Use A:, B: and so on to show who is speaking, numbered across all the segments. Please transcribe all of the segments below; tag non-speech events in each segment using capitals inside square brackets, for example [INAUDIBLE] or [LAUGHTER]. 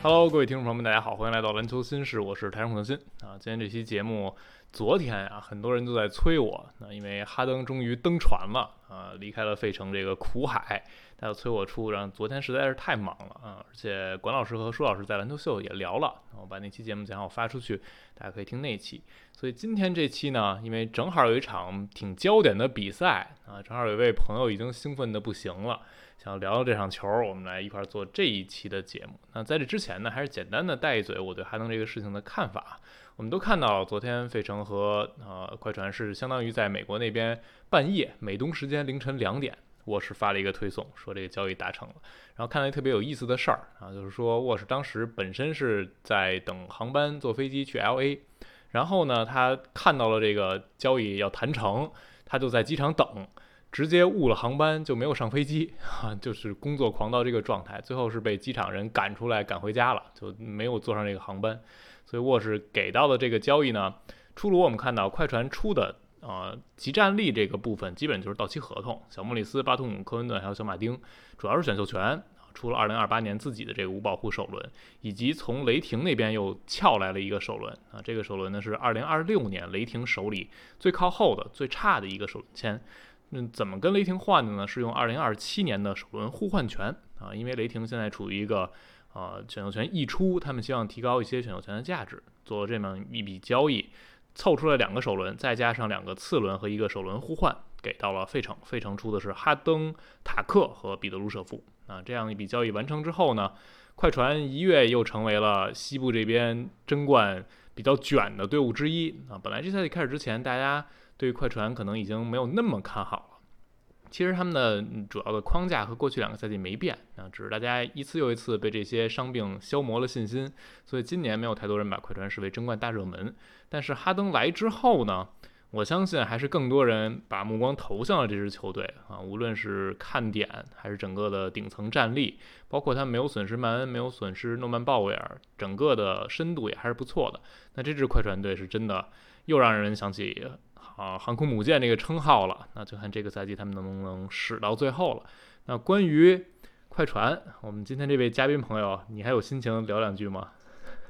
A: Hello，各位听众朋友们，大家好，欢迎来到篮球新事，我是台上孔德新啊。今天这期节目，昨天啊，很多人都在催我，那因为哈登终于登船了啊，离开了费城这个苦海，大家催我出，然后昨天实在是太忙了啊，而且管老师和舒老师在篮球秀也聊了，我把那期节目讲好发出去，大家可以听那期。所以今天这期呢，因为正好有一场挺焦点的比赛啊，正好有一位朋友已经兴奋的不行了。想聊聊这场球，我们来一块儿做这一期的节目。那在这之前呢，还是简单的带一嘴我对哈登这个事情的看法。啊我们都看到，昨天费城和呃快船是相当于在美国那边半夜美东时间凌晨两点，沃什发了一个推送说这个交易达成了。然后看了一特别有意思的事儿啊，就是说沃什当时本身是在等航班坐飞机去 L A，然后呢他看到了这个交易要谈成，他就在机场等。直接误了航班就没有上飞机啊，就是工作狂到这个状态，最后是被机场人赶出来赶回家了，就没有坐上这个航班。所以沃什给到的这个交易呢，出炉我们看到快船出的啊、呃、集战力这个部分，基本就是到期合同，小莫里斯、巴图姆、科温顿还有小马丁，主要是选秀权。啊出了2028年自己的这个无保护首轮，以及从雷霆那边又撬来了一个首轮啊，这个首轮呢是2026年雷霆手里最靠后的、最差的一个首轮签。那嗯怎么跟雷霆换的呢？是用二零二七年的首轮互换权啊，因为雷霆现在处于一个呃选秀权溢出，他们希望提高一些选秀权的价值，做了这么一笔交易，凑出来两个首轮，再加上两个次轮和一个首轮互换，给到了费城。费城出的是哈登、塔克和彼得卢舍夫啊，这样一笔交易完成之后呢，快船一跃又成为了西部这边争冠比较卷的队伍之一啊。本来这赛季开始之前，大家。对于快船可能已经没有那么看好了。其实他们的嗯主要的框架和过去两个赛季没变啊，只是大家一次又一次被这些伤病消磨了信心，所以今年没有太多人把快船视为争冠大热门。但是哈登来之后呢，我相信还是更多人把目光投向了这支球队啊，无论是看点还是整个的顶层战力，包括他没有损失曼恩，没有损失诺曼鲍威尔，整个的深度也还是不错的。那这支快船队是真的又让人想起。啊，航空母舰这个称号了，那就看这个赛季他们能不能使到最后了。那关于快船，我们今天这位嘉宾朋友，你还有心情聊两句吗？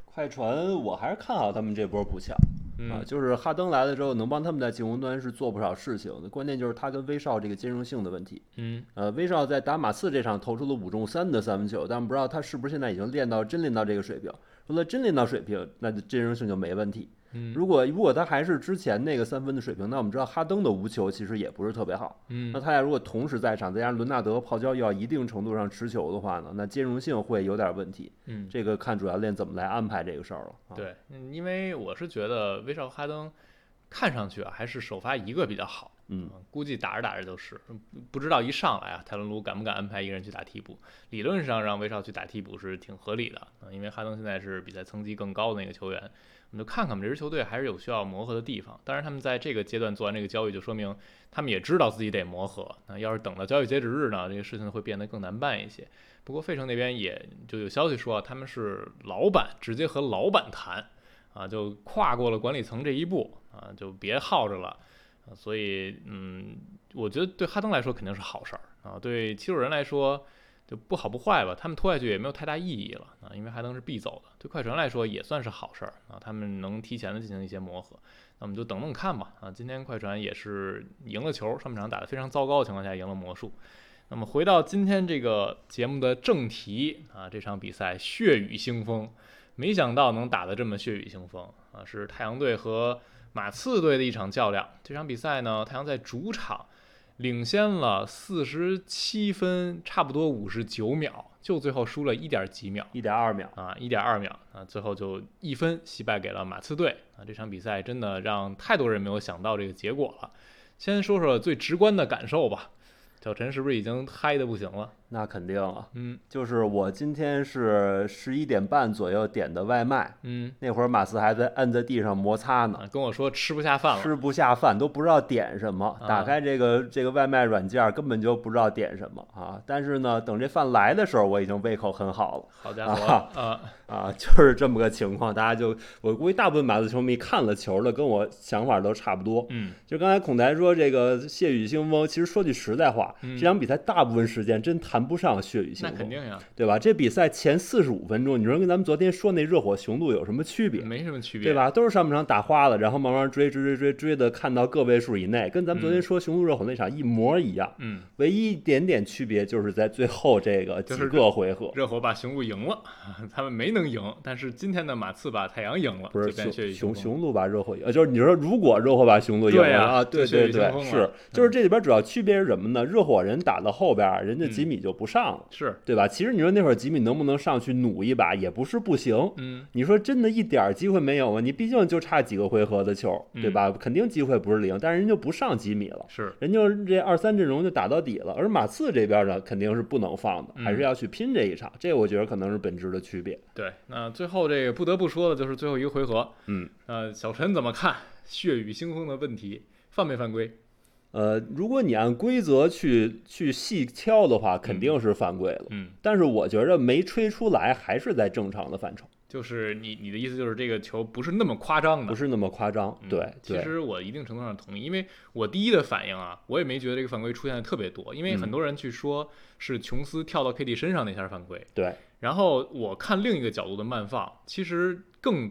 B: 快船，我还是看好他们这波补强、
A: 嗯、
B: 啊，就是哈登来了之后，能帮他们在进攻端是做不少事情的。关键就是他跟威少这个兼容性的问题。
A: 嗯，
B: 呃，威少在打马刺这场投出了五中三的三分球，但不知道他是不是现在已经练到真练到这个水平。如果真练到水平，那兼容性就没问题。
A: 嗯
B: 如果如果他还是之前那个三分的水平，那我们知道哈登的无球其实也不是特别好。
A: 嗯，
B: 那他俩如果同时在场，再加上伦纳德泡椒要一定程度上持球的话呢，那兼容性会有点问题。
A: 嗯，
B: 这个看主教练怎么来安排这个事儿了、啊。
A: 对，嗯因为我是觉得威少哈登看上去啊还是首发一个比较好。
B: 嗯，
A: 啊估计打着打着就是，不知道一上来啊，泰伦卢敢不敢安排一个人去打替补？理论上让威少去打替补是挺合理的，啊、因为哈登现在是比赛层级更高的那个球员。我们就看看我们这支球队还是有需要磨合的地方。当然，他们在这个阶段做完这个交易，就说明他们也知道自己得磨合。那要是等到交易截止日呢，这个事情会变得更难办一些。不过，费城那边也就有消息说，啊他们是老板直接和老板谈啊，就跨过了管理层这一步啊，就别耗着了。啊、所以，嗯，我觉得对哈登来说肯定是好事儿啊，对七六人来说。就不好不坏吧，他们拖下去也没有太大意义了啊，因为哈登是必走的。对快船来说也算是好事儿啊，他们能提前的进行一些磨合。那我们就等等看吧啊，今天快船也是赢了球，上半场打得非常糟糕的情况下赢了魔术。那么回到今天这个节目的正题啊，这场比赛血雨腥风，没想到能打得这么血雨腥风啊，是太阳队和马刺队的一场较量。这场比赛呢，太阳在主场。领先了四十七分，差不多五十九秒，就最后输了一点几秒，
B: 一点二秒
A: 啊，一点二秒啊，最后就一分惜败给了马刺队啊。这场比赛真的让太多人没有想到这个结果了。先说说最直观的感受吧，小陈是不是已经嗨的不行了？
B: 那肯定啊，
A: 嗯，
B: 就是我今天是十一点半左右点的外卖，
A: 嗯，
B: 那会儿马刺还在摁在地上摩擦呢、
A: 啊，跟我说吃不下饭了，
B: 吃不下饭都不知道点什么，打开这个、啊、这个外卖软件根本就不知道点什么啊！但是呢，等这饭来的时候，我已经胃口很好了，
A: 好家伙
B: 啊、
A: 啊、
B: 啊， [LAUGHS] 就是这么个情况，大家就我估计大部分马刺球迷看了球的跟我想法都差不多，
A: 嗯，
B: 就刚才孔台说这个血雨腥风，其实说句实在话，
A: 嗯、
B: 这场比赛大部分时间真谈。谈不上血雨腥
A: 那
B: 风
A: 肯，定呀，
B: 对吧？这比赛前四十五分钟，你说跟咱们昨天说那热火雄鹿有什么区别？
A: 没什么嗯区别，
B: 对？吧？都是上半场打花了，然后慢慢追追追追追的，看到个位数以内，跟咱们昨天说雄鹿热火那场一模一样。
A: 嗯，
B: 唯一一点点区别就是在最后这个
A: 就
B: 几
A: 是
B: 个回合，
A: 热火把雄鹿赢了， [LAUGHS] 他们没能赢，但是今天的马刺把太阳赢了，
B: 不是
A: 就变血雨
B: 雄
A: 腥风。
B: 雄鹿把热火赢，呃，就是你说如果热火把雄鹿赢
A: 对
B: 了
A: 呀
B: 啊，
A: 就
B: 对
A: 血
B: 对
A: 雨腥
B: 对
A: 风，了
B: 是，就是这里边主要区别是什么呢？热火人打到后边儿，人家
A: 嗯
B: 吉米就不上了，
A: 是，
B: 对吧？其实你说那会儿吉米能不能上去努一把，也不是不行。
A: 嗯，
B: 你说真的一点儿机会没有吗？你毕竟就差几个回合的球，
A: 嗯
B: 对吧？肯定机会不是零，但是人就不上吉米了。
A: 是，
B: 人就这二三阵容就打到底了，而马刺这边呢，肯定是不能放的，
A: 嗯
B: 还是要去拼这一场。这我觉得可能是本质的区别。
A: 对。那最后这个不得不说的就是最后一个回合，
B: 嗯，
A: 呃，小陈怎么看血雨腥风的问题？犯没犯规？
B: 呃，如果你按规则去去细敲的话，肯定是犯规了。
A: 嗯，
B: 但是我觉着没吹出来，还是在正常的范畴，
A: 就是你你的意思就是这个球不是那么夸张的
B: 不，是那么夸张。
A: 嗯
B: 对，
A: 其
B: 对，
A: 实我一定程度上同意，因为我第一的反应啊，我也没觉得这个犯规出现的特别多，因
B: 嗯
A: 为很多人去说是琼斯跳到 KD 身上那下犯规，
B: 对，
A: 然后我看另一个角度的慢放，其实更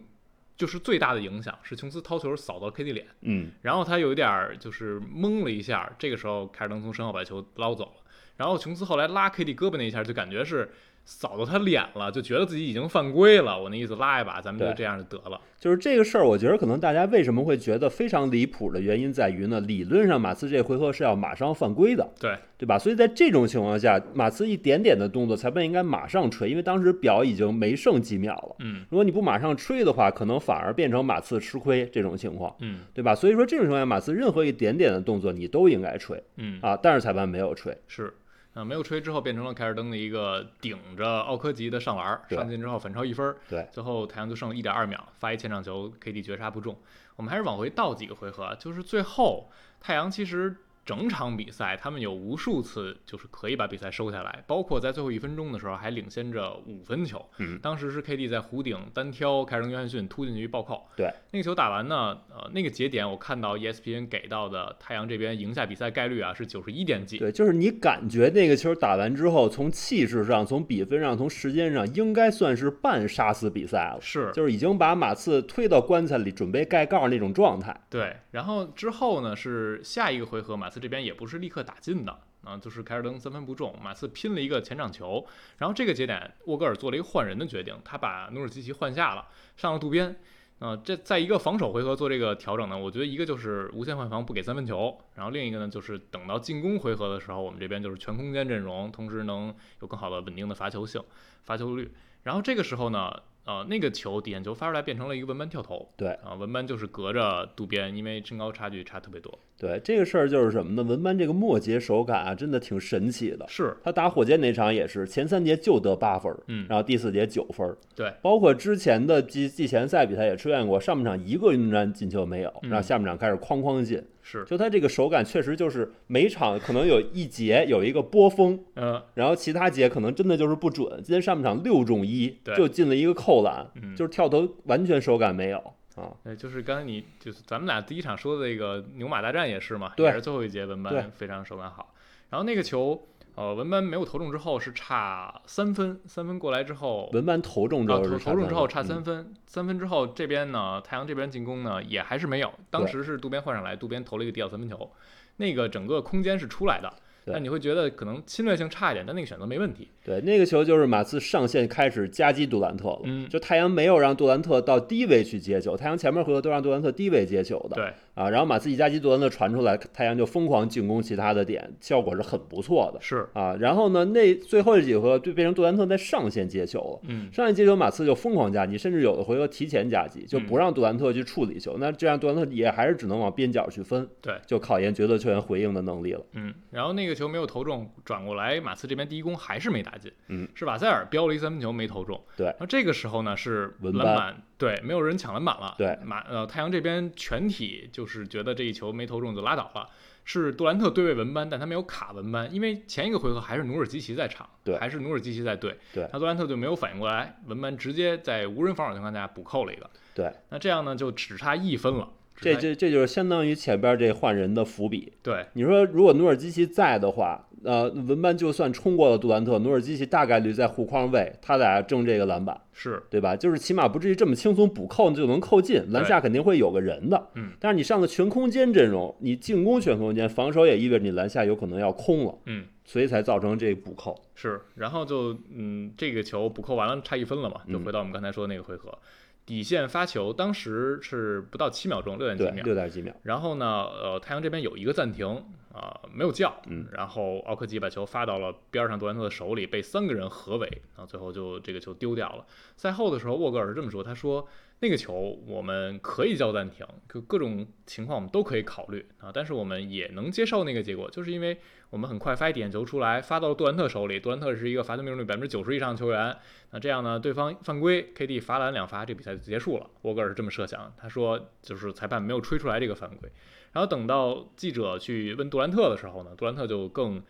A: 就是最大的影响是琼斯掏球扫到 KD 脸，
B: 嗯，
A: 然后他有一点儿就是懵了一下，这个时候凯尔登从身后把球捞走了，然后琼斯后来拉 KD 胳膊那一下，就感觉是。扫到他脸了，就觉得自己已经犯规了。我那意思拉一把，咱们就
B: 对
A: 这样就得了。
B: 就是这个事儿，我觉得可能大家为什么会觉得非常离谱的原因在于呢，理论上马刺这回合是要马上犯规的，
A: 对，
B: 对吧？所以在这种情况下，马刺一点点的动作，裁判应该马上吹，因为当时表已经没剩几秒了。
A: 嗯
B: 如果你不马上吹的话，可能反而变成马刺吃亏这种情况，
A: 嗯
B: 对吧？所以说这种情况下，马刺任何一点点的动作你都应该吹
A: 嗯，
B: 啊，但是裁判没有吹，
A: 是，啊，没有吹之后变成了凯尔登的一个顶着奥科吉的上篮儿，
B: 对
A: 上进之后反超一分儿，
B: 对，
A: 最后太阳就剩一点二秒发一前场球，KD 绝杀不中。我们还是往回倒几个回合啊，就是最后太阳其实整场比赛他们有无数次就是可以把比赛收下来，包括在最后一分钟的时候还领先着五分球，
B: 嗯，
A: 当时是 KD 在弧顶单挑凯尔登约翰逊突进去一暴扣，
B: 对，
A: 那个球打完呢，呃，那个节点我看到 E ESPN 给到的太阳这边赢下比赛概率啊是九十一点几，
B: 对，就是你感觉那个球打完之后，从气势上、从比分上、从时间上，应该算是半杀死比赛了。
A: 是，
B: 就是已经把马刺推到棺材里，准备盖盖儿那种状态。
A: 对，然后之后呢是下一个回合，马刺这边也不是立刻打进的，啊、就是凯尔登三分不中，马刺拼了一个前场球，然后这个节点沃格尔做了一个换人的决定，他把努尔基奇换下了，上了渡边。啊、这在一个防守回合做这个调整呢，我觉得一个就是无限换防不给三分球，然后另一个呢就是等到进攻回合的时候，我们这边就是全空间阵容，同时能有更好的稳定的罚球性、罚球率。然后这个时候呢，呃，那个球底线球发出来变成了一个文班跳投，
B: 对
A: 啊、文班就是隔着渡边，因为身高差距差特别多，
B: 对这个事儿就是什么呢？文班这个末节手感啊，真的挺神奇的。
A: 是，
B: 他打火箭那场也是，前三节就得八分儿，
A: 嗯，
B: 然后第四节九分儿，
A: 对，
B: 包括之前的季季前赛比赛也出现过，上半场一个运动战进球没有，
A: 嗯
B: 然后下半场开始哐哐进，
A: 是，
B: 就他这个手感确实就是每场可能有一节有一个波峰，
A: 呃，
B: 然后其他节可能真的就是不准。今天上半场六中一
A: 对
B: 就进了一个扣篮，
A: 嗯，
B: 就是跳投完全手感没有啊。
A: 对，就是刚才你就是咱们俩第一场说的那个牛马大战也是嘛，
B: 对
A: 也是最后一节文
B: 对
A: 班非常手感好。然后那个球，呃，文班没有投中之后是差三分，三分过来之后，
B: 文班投中之
A: 啊
B: 后
A: 投
B: 是
A: 投
B: 差嗯
A: 中之后差
B: 分
A: 三分，三分之后这边呢，太阳这边进攻呢也还是没有，当时是渡边换上来，渡边投了一个地角三分球，那个整个空间是出来的，
B: 对
A: 但你会觉得可能侵略性差一点，但那个选择没问题。
B: 对，那个球就是马刺上线开始夹击杜兰特了。
A: 嗯
B: 就太阳没有让杜兰特到低位去接球，太阳前面回合都让杜兰特低位接球的。
A: 对，
B: 啊，然后马刺一夹击杜兰特传出来，太阳就疯狂进攻其他的点，效果是很不错的
A: 是，
B: 啊。然后呢，那最后这几回合就变成杜兰特在上线接球了。
A: 嗯，
B: 上线接球，马刺就疯狂夹击，甚至有的回合提前夹击，就不
A: 嗯
B: 让杜兰特去处理球。那这样杜兰特也还是只能往边角去分，
A: 对，
B: 就考验角色球员回应的能力了。
A: 嗯，然后那个球没有投中，转过来马刺这边第一攻还是没打进，
B: 嗯，
A: 是瓦塞尔标了一三分球没投中，
B: 对
A: 然后这个时候呢是
B: 文
A: 篮
B: 班
A: 板，对，没有人抢篮板了，
B: 对，
A: 马呃太阳这边全体就是觉得这一球没投中就拉倒了。是杜兰特对位文班，但他没有卡文班，因为前一个回合还是努尔基奇在场，
B: 对
A: 还是努尔基奇在对，
B: 对
A: 那杜兰特就没有反应过来，文班直接在无人防守情况下补扣了一个，
B: 对，
A: 那这样呢就只差一分了。
B: 这
A: 只
B: 这这就是相当于前边这换人的伏笔。
A: 对
B: 你说，如果努尔基奇在的话，呃，文班就算冲过了杜兰特，努尔基奇大概率在护框位，他俩争这个篮板，
A: 是，
B: 对吧？就是起码不至于这么轻松补扣就能扣进，篮下肯定会有个人的。
A: 嗯，
B: 但是你上个全空间阵容，你进攻全空间，防守也意味着你篮下有可能要空了，
A: 嗯
B: 所以才造成这补扣。
A: 是，然后就嗯，这个球补扣完了，差一分了嘛，就
B: 嗯
A: 回到我们刚才说的那个回合，底线发球，当时是不到七秒钟，六点
B: 对
A: 几，秒，
B: 六点几秒。
A: 然后呢，呃，太阳这边有一个暂停啊、没有叫，
B: 嗯，
A: 然后奥克吉把球发到了边儿上杜兰特的手里，被三个人合围，啊，最后就这个球丢掉了。赛后的时候，沃格尔是这么说，他说那个球我们可以叫暂停，就各种情况我们都可以考虑啊，但是我们也能接受那个结果，就是因为我们很快发一点球出来，发到了杜兰特手里，杜兰特是一个罚球命中率百分之九十以上的球员，那这样呢，对方犯规，KD 罚篮两罚，这比赛就结束了。沃格尔是这么设想，他说就是裁判没有吹出来这个犯规。然后等到记者去问杜兰特的时候呢，杜兰特就更，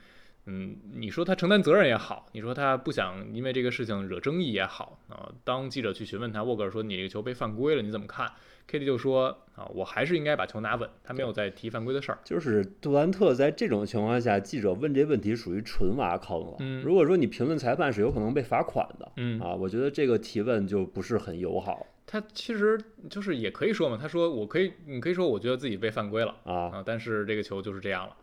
A: 嗯，你说他承担责任也好，你说他不想因为这个事情惹争议也好啊、当记者去询问他，沃格尔说你这个球被犯规了，你怎么看？KD 就说啊、我还是应该把球拿稳，他没有再提犯规的事儿。
B: 就是杜兰特在这种情况下，记者问这问题属于纯挖坑了。
A: 嗯
B: 如果说你评论裁判是有可能被罚款的。
A: 嗯，
B: 啊，我觉得这个提问就不是很友好
A: 他其实就是也可以说嘛，他说我可以，你可以说我觉得自己被犯规了。
B: 啊。
A: 啊，但是这个球就是这样了。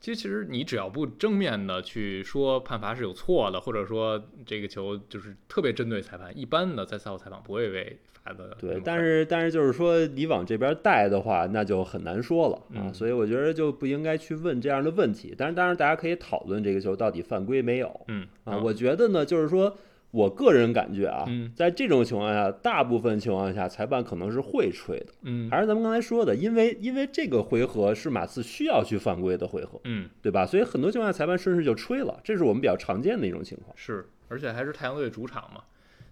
A: 其实，其实你只要不正面的去说判罚是有错的，或者说这个球就是特别针对裁判，一般的在赛后采访不会被罚的。
B: 对，但是但是就是说，你往这边带的话，那就很难说了啊。
A: 嗯
B: 所以我觉得就不应该去问这样的问题。但是当然，大家可以讨论这个球到底犯规没有
A: 嗯
B: 啊。我觉得呢，就是说我个人感觉啊，
A: 嗯
B: 在这种情况下，大部分情况下裁判可能是会吹的。
A: 嗯
B: 还是咱们刚才说的，因为因为这个回合是马刺需要去犯规的回合，
A: 嗯
B: 对吧？所以很多情况下裁判顺势就吹了，这是我们比较常见的一种情况。
A: 是，而且还是太阳队主场嘛。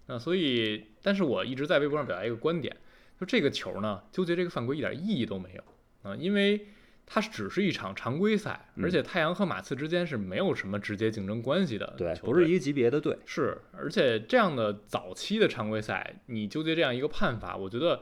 A: 那所以，但是我一直在微博上表达一个观点，就这个球呢，纠结这个犯规一点意义都没有啊、因为它只是一场常规赛，而
B: 嗯
A: 且太阳和马刺之间是没有什么直接竞争关系的呃球
B: 对
A: 队。，
B: 不是一个级别的队。
A: 是，而且这样的早期的常规赛，你纠结这样一个判罚，我觉得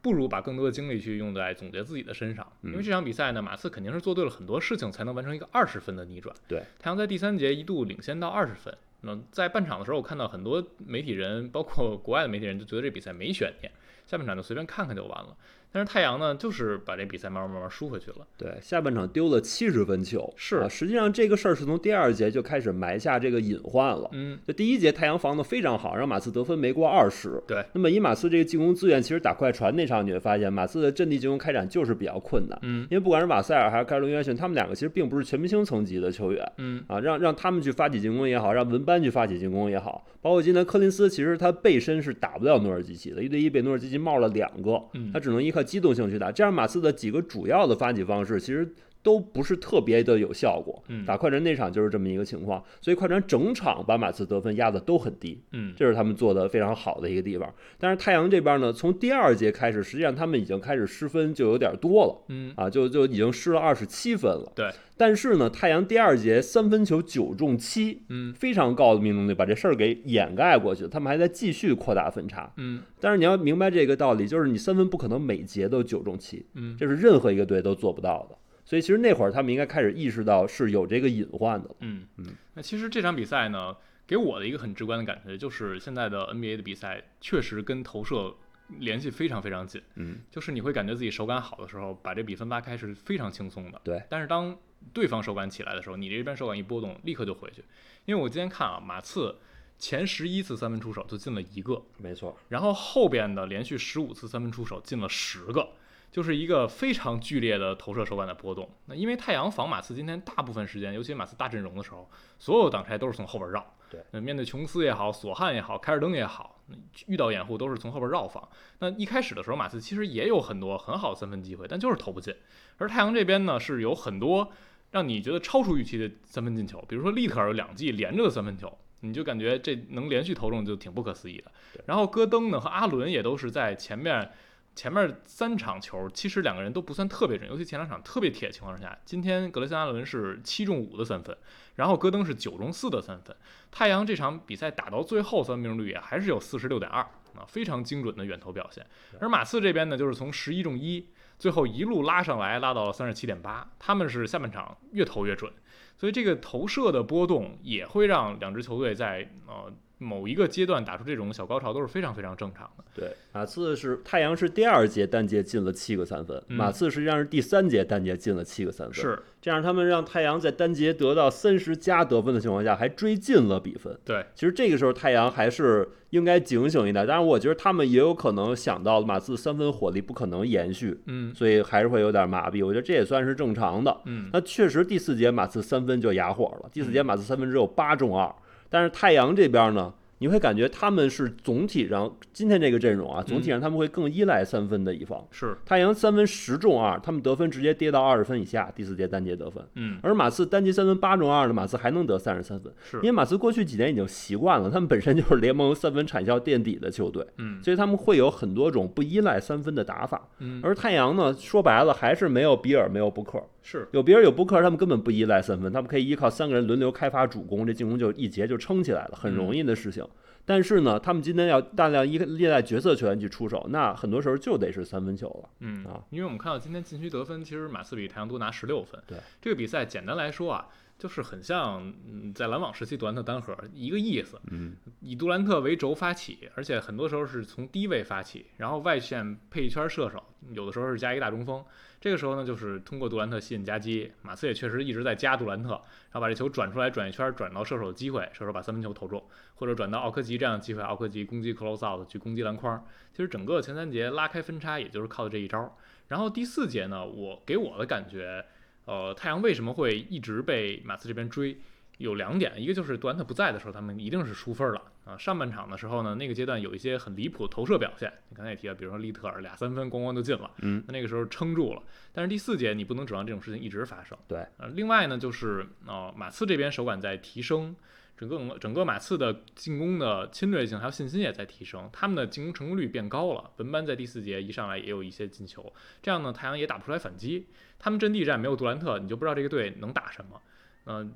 A: 不如把更多的精力去用在总结自己的身上。因为
B: 嗯
A: 这场比赛呢，马刺肯定是做对了很多事情，才能完成一个二十分的逆转。
B: 对，
A: 太阳在第三节一度领先到二十分。那在半场的时候，我看到很多媒体人，包括国外的媒体人，就觉得这比赛没悬念，下半场就随便看看就完了。但是太阳呢，就是把这比赛慢慢慢慢输回去了。
B: 对，下半场丢了七十分球，
A: 是
B: 啊，实际上这个事儿是从第二节就开始埋下这个隐患了。
A: 嗯，
B: 就第一节太阳防的非常好，让马刺得分没过二十。
A: 对，
B: 那么以马刺这个进攻资源，其实打快船那场你会发现，马刺的阵地进攻开展就是比较困难。
A: 嗯
B: 因为不管是瓦塞尔还是凯尔约逊，他们两个其实并不是全明星层级的球员
A: 嗯，
B: 啊，让让他们去发起进攻也好，让文班去发起进攻也好，包括今天科林斯，其实他背身是打不了努尔基奇的，一对一被努尔基奇帽了两个，
A: 嗯
B: 他只能依靠机动性去打。这样马刺的几个主要的发起方式其实都不是特别的有效果。
A: 嗯
B: 打快船那场就是这么一个情况，所以快船整场把马刺得分压得都很低，
A: 嗯
B: 这是他们做的非常好的一个地方。但是太阳这边呢，从第二节开始，实际上他们已经开始失分就有点多了。
A: 嗯，
B: 啊，就就已经失了二十七分了。
A: 对，
B: 但是呢，太阳第二节三分球九中七，
A: 嗯
B: 非常高的命中率，把这事儿给掩盖过去。他们还在继续扩大分差。
A: 嗯
B: 但是你要明白这个道理，就是你三分不可能每节都九中七，
A: 嗯，
B: 这是任何一个队都做不到的。所以其实那会儿他们应该开始意识到是有这个隐患的了。
A: 嗯
B: 嗯，
A: 那其实这场比赛呢，给我的一个很直观的感觉就是，现在的 NBA 的比赛确实跟投射联系非常非常紧，
B: 嗯，
A: 就是你会感觉自己手感好的时候，把这比分拉开是非常轻松的。
B: 对，
A: 但是当对方手感起来的时候，你这边手感一波动，立刻就回去。因为我今天看啊，马刺前十一次三分出手就进了一个，
B: 没错，
A: 然后后边的连续十五次三分出手进了十个，就是一个非常剧烈的投射手感的波动。那因为太阳防马刺今天大部分时间，尤其马刺大阵容的时候，所有挡拆都是从后边绕。
B: 对，
A: 那面对琼斯也好，索汉也好，凯尔登也好，那遇到掩护都是从后边绕防。那一开始的时候，马刺其实也有很多很好的三分机会，但就是投不进。而太阳这边呢，是有很多让你觉得超出预期的三分进球，比如说利特尔有两记连着的三分球，你就感觉这能连续投中就挺不可思议的。然后戈登呢和阿伦也都是在前面前面三场球，其实两个人都不算特别准，尤其前两场特别铁的情况下，今天格雷森阿伦是七中五的三分，然后戈登是九中四的三分。太阳这场比赛打到最后三分命中率也还是有四十六点二，啊，非常精准的远投表现。而马刺这边呢，就是从十一中一，最后一路拉上来，拉到了三十七点八，他们是下半场越投越准，所以这个投射的波动也会让两支球队在呃某一个阶段打出这种小高潮都是非常非常正常的。
B: 对，马刺是太阳是第二节单节进了七个三分，
A: 嗯
B: 马刺实际上是第三节单节进了七个三分，
A: 是
B: 这样他们让太阳在单节得到三十加得分的情况下还追进了比分。
A: 对，
B: 其实这个时候太阳还是应该警醒一点，但是我觉得他们也有可能想到马刺三分火力不可能延续，
A: 嗯
B: 所以还是会有点麻痹。我觉得这也算是正常的。
A: 嗯，
B: 那确实第四节马刺三分就哑火了，第四节马刺三分只有八中二，但是太阳这边呢，你会感觉他们是总体上今天这个阵容啊，总体
A: 嗯
B: 上他们会更依赖三分的一方。
A: 是
B: 太阳三分十中二，他们得分直接跌到二十分以下，第四节单节得分。
A: 嗯
B: 而马刺单节三分八中二呢，马刺还能得三十三分，
A: 是
B: 因为马刺过去几年已经习惯了，他们本身就是联盟三分产效垫底的球队，
A: 嗯
B: 所以他们会有很多种不依赖三分的打法。
A: 嗯
B: 而太阳呢，说白了还是没有比尔，没有布克，
A: 是
B: 有别人有布克，他们根本不依赖三分，他们可以依靠三个人轮流开发主攻，这进攻就一节就撑起来了，很容易的事情。
A: 嗯
B: 但是呢，他们今天要大量依依赖角色球员去出手，那很多时候就得是三分球了。
A: 嗯
B: 啊，
A: 因为我们看到今天禁区得分，其实马刺比太阳多拿十六分。
B: 对
A: 这个比赛，简单来说啊，就是很像嗯在篮网时期杜兰特单核一个意思，
B: 嗯，
A: 以杜兰特为轴发起，而且很多时候是从低位发起，然后外线配一圈射手，有的时候是加一个大中锋。这个时候呢，就是通过杜兰特吸引夹击，马刺也确实一直在夹杜兰特，然后把这球转出来转一圈，转到射手的机会，射手把三分球投中，或者转到奥科吉这样的机会，奥科吉攻击 close out 去攻击篮筐。其实整个前三节拉开分差，也就是靠这一招。然后第四节呢，我给我的感觉，呃，太阳为什么会一直被马刺这边追？有两点，一个就是杜兰特不在的时候，他们一定是输分了啊。上半场的时候呢，那个阶段有一些很离谱的投射表现，你刚才也提到，比如说利特尔俩三分咣咣就进了，
B: 嗯，
A: 那那个时候撑住了。但是第四节你不能指望这种事情一直发生，
B: 对
A: 呃，另外呢，就是呃，马刺这边手感在提升，整个整个马刺的进攻的侵略性还有信心也在提升，他们的进攻成功率变高了。文班在第四节一上来也有一些进球，这样呢，太阳也打不出来反击。他们阵地战没有杜兰特，你就不知道这个队能打什么。嗯、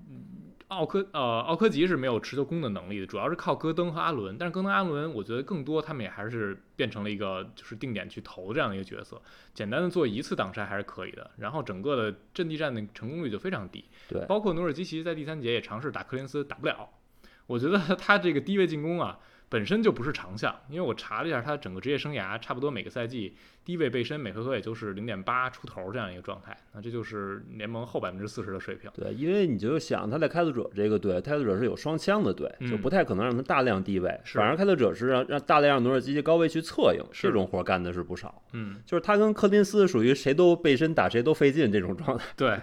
A: 奥科呃奥科吉是没有持球攻的能力的，主要是靠戈登和阿伦。但是戈登、阿伦，我觉得更多他们也还是变成了一个就是定点去投这样的一个角色，简单的做一次挡拆还是可以的。然后整个的阵地战的成功率就非常低，
B: 对
A: 包括努尔基奇在第三节也尝试打科林斯，打不了。我觉得他这个低位进攻啊，本身就不是长项，因为我查了一下他整个职业生涯，差不多每个赛季低位背身每回合也就是零点八出头这样一个状态，那这就是联盟后百分之四十的水平。
B: 对，因为你就想他在开拓者这个队，开拓者是有双枪的队，
A: 嗯
B: 就不太可能让他大量低位，
A: 是
B: 反而开拓者是让让大量让努尔基奇高位去策应，
A: 是
B: 这种活干的是不少。
A: 嗯，
B: 就是他跟柯林斯属于谁都背身打谁都费劲这种状态。
A: [LAUGHS] 对。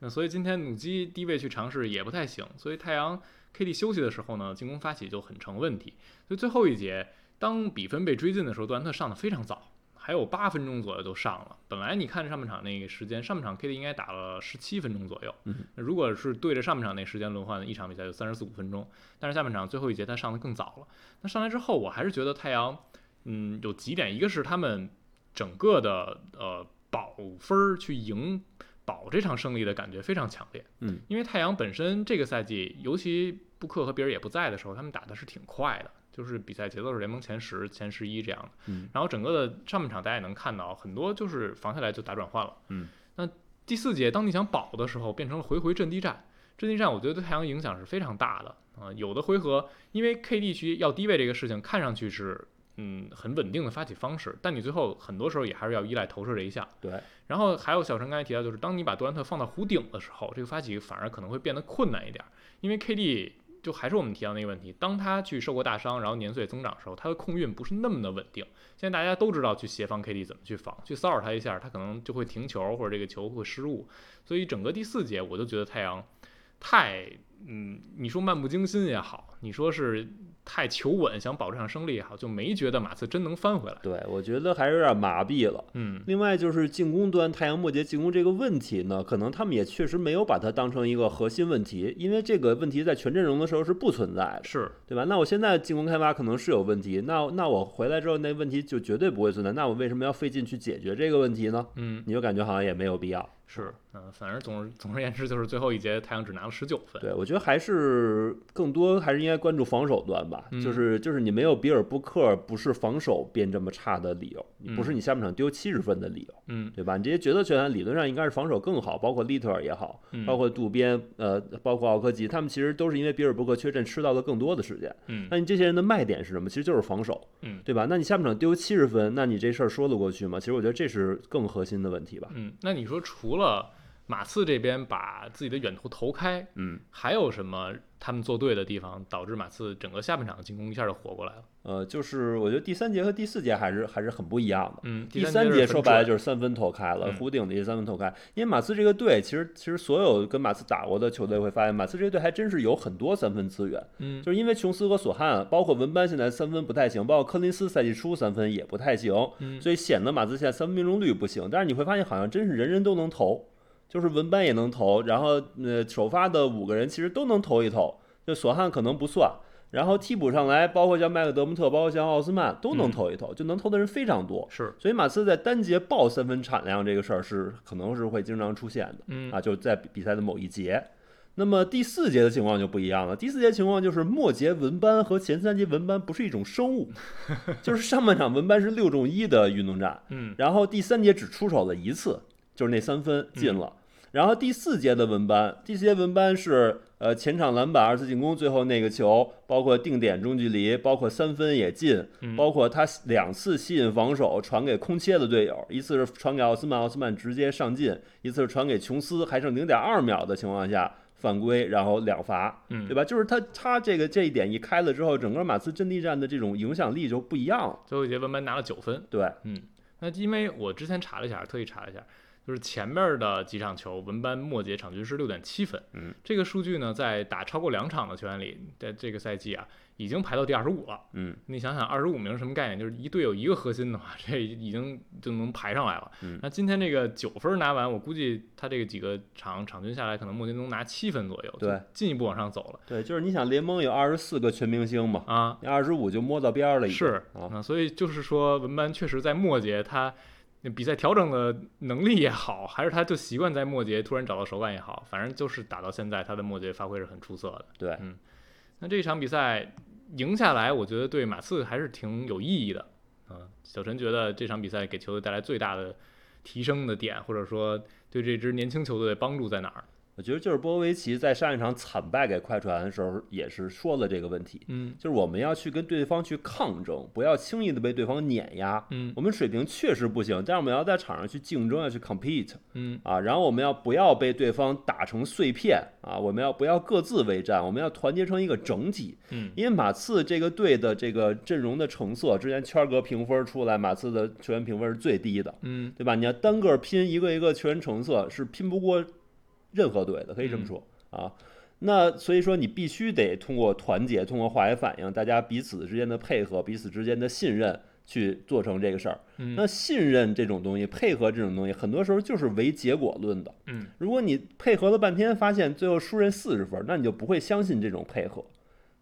A: 那所以今天努基低位去尝试也不太行，所以太阳 KD 休息的时候呢，进攻发起就很成问题。所以最后一节，当比分被追进的时候，杜兰特上的非常早，还有八分钟左右就上了。本来你看上半场那个时间，上半场 KD 应该打了十七分钟左右。
B: 嗯
A: 那如果是对着上半场那时间轮换，一场比赛就三十四五分钟。但是下半场最后一节他上的更早了。那上来之后，我还是觉得太阳，嗯，有几点，一个是他们整个的呃保分儿去赢保这场胜利的感觉非常强烈。
B: 嗯，
A: 因为太阳本身这个赛季，尤其布克和比尔也不在的时候，他们打的是挺快的。就是比赛节奏是联盟前十、前十一这样的，
B: 嗯，
A: 然后整个的上半场大家也能看到，很多就是防下来就打转换了，
B: 嗯，
A: 那第四节当你想保的时候，变成了回回阵地战，阵地战我觉得对太阳影响是非常大的啊、有的回合因为 K 地区要低位这个事情看上去是嗯很稳定的发起方式，但你最后很多时候也还是要依赖投射这一项。
B: 对，
A: 然后还有小陈刚才提到，就是当你把杜兰特放到弧顶的时候，这个发起反而可能会变得困难一点儿，因为 KD 就还是我们提到那个问题，当他去受过大伤，然后年岁增长的时候，他的控运不是那么的稳定。现在大家都知道去协防 KD 怎么去防，去骚扰他一下，他可能就会停球或者这个球会失误。所以整个第四节，我就觉得太阳太嗯，你说漫不经心也好，你说是太求稳想保这场胜利也好，就没觉得马刺真能翻回来。
B: 对，我觉得还是有点麻痹了。
A: 嗯，
B: 另外就是进攻端太阳末节进攻这个问题呢，可能他们也确实没有把它当成一个核心问题，因为这个问题在全阵容的时候是不存在的，
A: 是，
B: 对吧？那我现在进攻开发可能是有问题，那那我回来之后那问题就绝对不会存在，那我为什么要费劲去解决这个问题呢？
A: 嗯，
B: 你就感觉好像也没有必要。
A: 是，嗯、反正总而总而言之，就是最后一节太阳只拿了十九分。
B: 对，我觉得还是更多还是应该关注防守端吧，
A: 嗯
B: 就是就是你没有比尔布克不是防守变这么差的理由，你不是你下半场丢七十分的理由，
A: 嗯
B: 对吧？你这些角色球员理论上应该是防守更好，包括利特尔也好，
A: 嗯，
B: 包括渡边，呃，包括奥科吉，他们其实都是因为比尔布克缺阵吃到了更多的时间。
A: 嗯
B: 那你这些人的卖点是什么？其实就是防守，
A: 嗯
B: 对吧？那你下半场丢七十分，那你这事儿说得过去吗？其实我觉得这是更核心的问题吧。
A: 嗯，那你说除了马刺这边把自己的远投投开，
B: 嗯，
A: 还有什么他们做对的地方，导致马刺整个下半场的进攻一下就活过来了？
B: 呃，就是我觉得第三节和第四节还是还是很不一样的。
A: 嗯，
B: 第
A: 三
B: 三节说白了
A: 就
B: 就是三分投开了，
A: 嗯
B: 弧顶的一三分投开。因为马刺这个队，其实其实所有跟马刺打过的球队会发现，马刺这个队还真是有很多三分资源。
A: 嗯
B: 就是因为琼斯和索汉，包括文班现在三分不太行，包括科林斯赛季初三分也不太行，
A: 嗯
B: 所以显得马刺现在三分命中率不行。但是你会发现，好像真是人人都能投，就是文班也能投，然后呃首发的五个人其实都能投一投，就索汉可能不算。然后替补上来，包括像麦克德蒙特，包括像奥斯曼，都能投一投，就能投的人非常多。
A: 是
B: 所以马刺在单节爆三分产量这个事儿是可能是会经常出现的，
A: 嗯
B: 啊，就在比比赛的某一节。那么第四节的情况就不一样了，第四节情况就是末节文班和前三节文班不是一种生物， [LAUGHS] 就是上半场文班是六中一的运动战，
A: 嗯
B: 然后第三节只出手了一次，就是那三分
A: 嗯
B: 进了。然后第四节的文班，第四节文班是呃前场篮板、二次进攻，最后那个球，包括定点中距离，包括三分也进，
A: 嗯
B: 包括他两次吸引防守传给空切的队友，一次是传给奥斯曼，奥斯曼直接上进；一次是传给琼斯，还剩零点二秒的情况下犯规，然后两罚，
A: 嗯
B: 对吧？就是他他这个这一点一开了之后，整个马刺阵地战的这种影响力就不一样了，
A: 最后一节文班拿了九分。
B: 对，
A: 那因为我之前查了一下，特意查了一下，就是前面的几场球，文班末节场均是六点七分。
B: 嗯，
A: 这个数据呢，在打超过两场的球员里，在这个赛季啊，已经排到第二十五了。
B: 嗯，
A: 你想想，二十五名是什么概念？就是一队有一个核心的话， [LAUGHS] 这已经就能排上来了。
B: 嗯
A: 那今天这个九分拿完，我估计他这个几个场场均下来，可能末节能拿七分左右，
B: 对，
A: 进一步往上走了
B: 对，就是你想联盟有二十四个全明星嘛，
A: 啊。
B: 那二十五就摸到边儿了已经，
A: 是
B: 啊，
A: 啊，所以就是说，文班确实在末节他比赛调整的能力也好，还是他就习惯在末节突然找到手感也好，反正就是打到现在他的末节发挥是很出色的。
B: 对，
A: 嗯，那这一场比赛赢下来，我觉得对马刺还是挺有意义的。啊，小陈觉得这场比赛给球队带来最大的提升的点，或者说对这支年轻球队的帮助在哪儿？
B: 我觉得就是波维奇在上一场惨败给快船的时候也是说了这个问题，
A: 嗯
B: 就是我们要去跟对方去抗争，不要轻易的被对方碾压。
A: 嗯
B: 我们水平确实不行，但是我们要在场上去竞争，要去 compete
A: 嗯
B: 啊，然后我们要不要被对方打成碎片啊？我们要不要各自为战？我们要团结成一个整体。
A: 嗯
B: 因为马刺这个队的这个阵容的成色，之前圈哥评分出来，马刺的球员评分是最低的，
A: 嗯
B: 对吧？你要单个拼一个一个球员成色，是拼不过任何队的，可以这
A: 嗯
B: 么说、啊。那所以说，你必须得通过团结，通过化学反应，大家彼此之间的配合，彼此之间的信任，去做成这个事儿。
A: 嗯
B: 那信任这种东西，配合这种东西，很多时候就是唯结果论的。
A: 嗯，
B: 如果你配合了半天，发现最后输人四十分，那你就不会相信这种配合，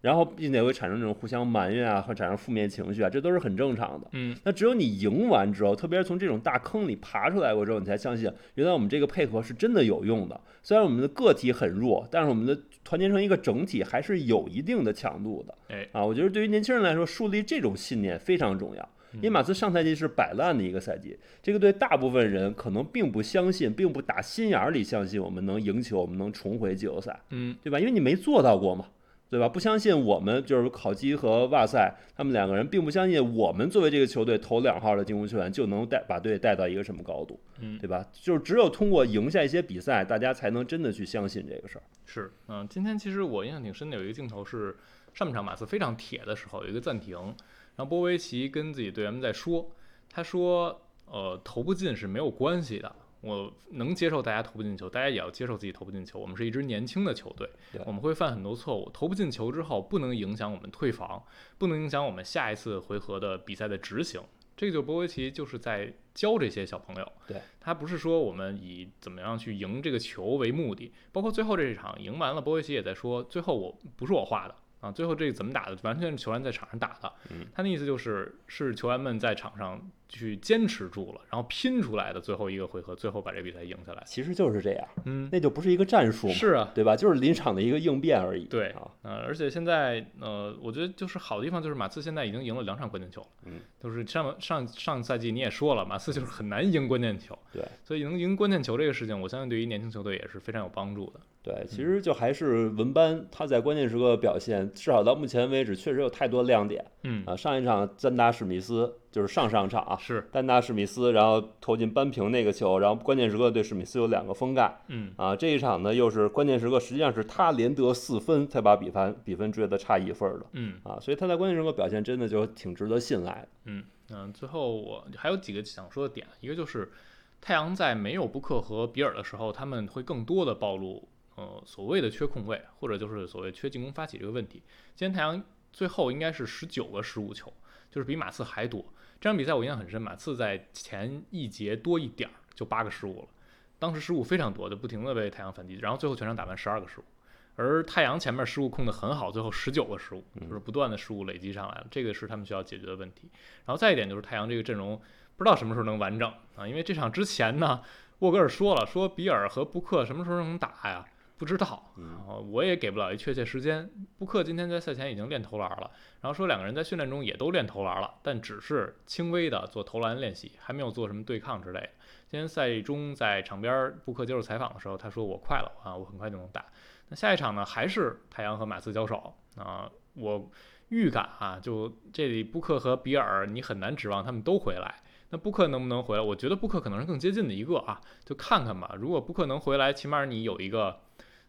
B: 然后并且会产生这种互相埋怨啊，会产生负面情绪啊，这都是很正常的。
A: 嗯，
B: 那只有你赢完之后，特别是从这种大坑里爬出来过之后，你才相信原来我们这个配合是真的有用的。虽然我们的个体很弱，但是我们的团结成一个整体还是有一定的强度的。
A: 哎
B: 啊，我觉得对于年轻人来说，树立这种信念非常重要。
A: 嗯
B: 因为马刺上赛季是摆烂的一个赛季，这个对大部分人可能并不相信，并不打心眼儿里相信我们能赢球，我们能重回季后赛，
A: 嗯
B: 对吧？因为你没做到过嘛，对吧？不相信我们就是考基和哇塞他们两个人并不相信我们作为这个球队头两号的进攻球员就能带把队带到一个什么高度，
A: 嗯
B: 对吧？就是只有通过赢下一些比赛，大家才能真的去相信这个事儿。
A: 是，嗯、今天其实我印象挺深的，有一个镜头是上半场马刺非常铁的时候，有一个暂停，然后波维奇跟自己队员们在说，他说，呃，投不进是没有关系的，我能接受大家投不进球，大家也要接受自己投不进球，我们是一支年轻的球队
B: 对，
A: 我们会犯很多错误，投不进球之后不能影响我们退防，不能影响我们下一次回合的比赛的执行。这个就是波维奇就是在教这些小朋友，
B: 对
A: 他不是说我们以怎么样去赢这个球为目的，包括最后这一场赢完了，波维奇也在说，最后我不是我画的啊，最后这个怎么打的，完全是球员在场上打的。
B: 嗯
A: 他的意思就是是球员们在场上去坚持住了，然后拼出来的最后一个回合，最后把这比赛赢下来。
B: 其实就是这样，
A: 嗯，
B: 那就不是一个战术嘛，
A: 是啊，
B: 对吧？就是临场的一个应变而已。
A: 对
B: 啊，
A: 呃，而且现在呃，我觉得就是好的地方就是马刺现在已经赢了两场关键球了，
B: 嗯，
A: 就是上上上赛季你也说了，马刺就是很难赢关键球，
B: 对，
A: 所以能赢关键球这个事情，我相信对于年轻球队也是非常有帮助的。
B: 对，其实就还是文班他在关键时刻表现，至少到目前为止确实有太多亮点
A: 嗯，
B: 啊。上一场赞达史密斯就是上上场啊，
A: 是，
B: 丹纳史密斯，然后投进扳平那个球，然后关键时刻对史密斯有两个封盖
A: 嗯，
B: 啊。这一场呢，又是关键时刻，实际上是他连得四分才把比分比分追得差一分的
A: 嗯，
B: 啊，所以他在关键时刻表现真的就挺值得信赖的。
A: 嗯，嗯、最后我还有几个想说的点，一个就是太阳在没有布克和比尔的时候，他们会更多的暴露呃所谓的缺控卫，或者就是所谓缺进攻发起这个问题。今天太阳最后应该是十九个失误球，就是比马刺还多。这场比赛我印象很深，马刺在前一节多一点儿就八个失误了，当时失误非常多，就不停的被太阳反击，然后最后全场打完十二个失误。而太阳前面失误控得很好，最后十九个失误，就是不断的失误累积上来了，这个是他们需要解决的问题。然后再一点就是太阳这个阵容不知道什么时候能完整啊，因为这场之前呢，沃格尔说了，说比尔和布克什么时候能打呀？不知道，然后我也给不了一确切时间。布克今天在赛前已经练投篮了，然后说两个人在训练中也都练投篮了，但只是轻微的做投篮练习，还没有做什么对抗之类的。今天赛中在场边，布克接受采访的时候，他说我快了啊，我很快就能打。那下一场呢，还是太阳和马刺交手啊，我预感啊，就这里布克和比尔，你很难指望他们都回来。那布克能不能回来？我觉得布克可能是更接近的一个啊，就看看吧。如果布克能回来，起码你有一个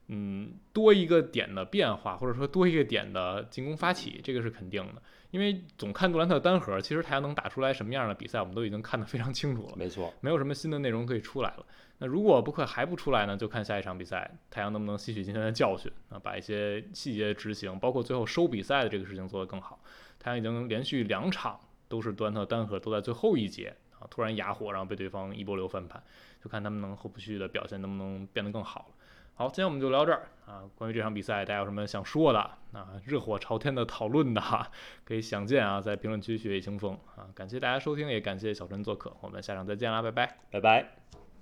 A: 嗯多一个点的变化，或者说多一个点的进攻发起，这个是肯定的。因为总看杜兰特单核，其实太阳能打出来什么样的比赛，我们都已经看得非常清楚了。
B: 没错，
A: 没有什么新的内容可以出来了。那如果布克还不出来呢，就看下一场比赛太阳能不能吸取今天的教训啊，把一些细节执行，包括最后收比赛的这个事情做得更好。太阳已经连续两场都是端特单核，都在最后一节啊突然哑火，然后被对方一波流翻盘，就看他们能后续的表现能不能变得更好了。好，今天我们就聊这儿啊。关于这场比赛，大家有什么想说的啊？热火朝天的讨论的啊哈，可以想见啊，在评论区血雨腥风啊。感谢大家收听，也感谢小陈做客，我们下场再见啦，拜拜。
B: 拜拜。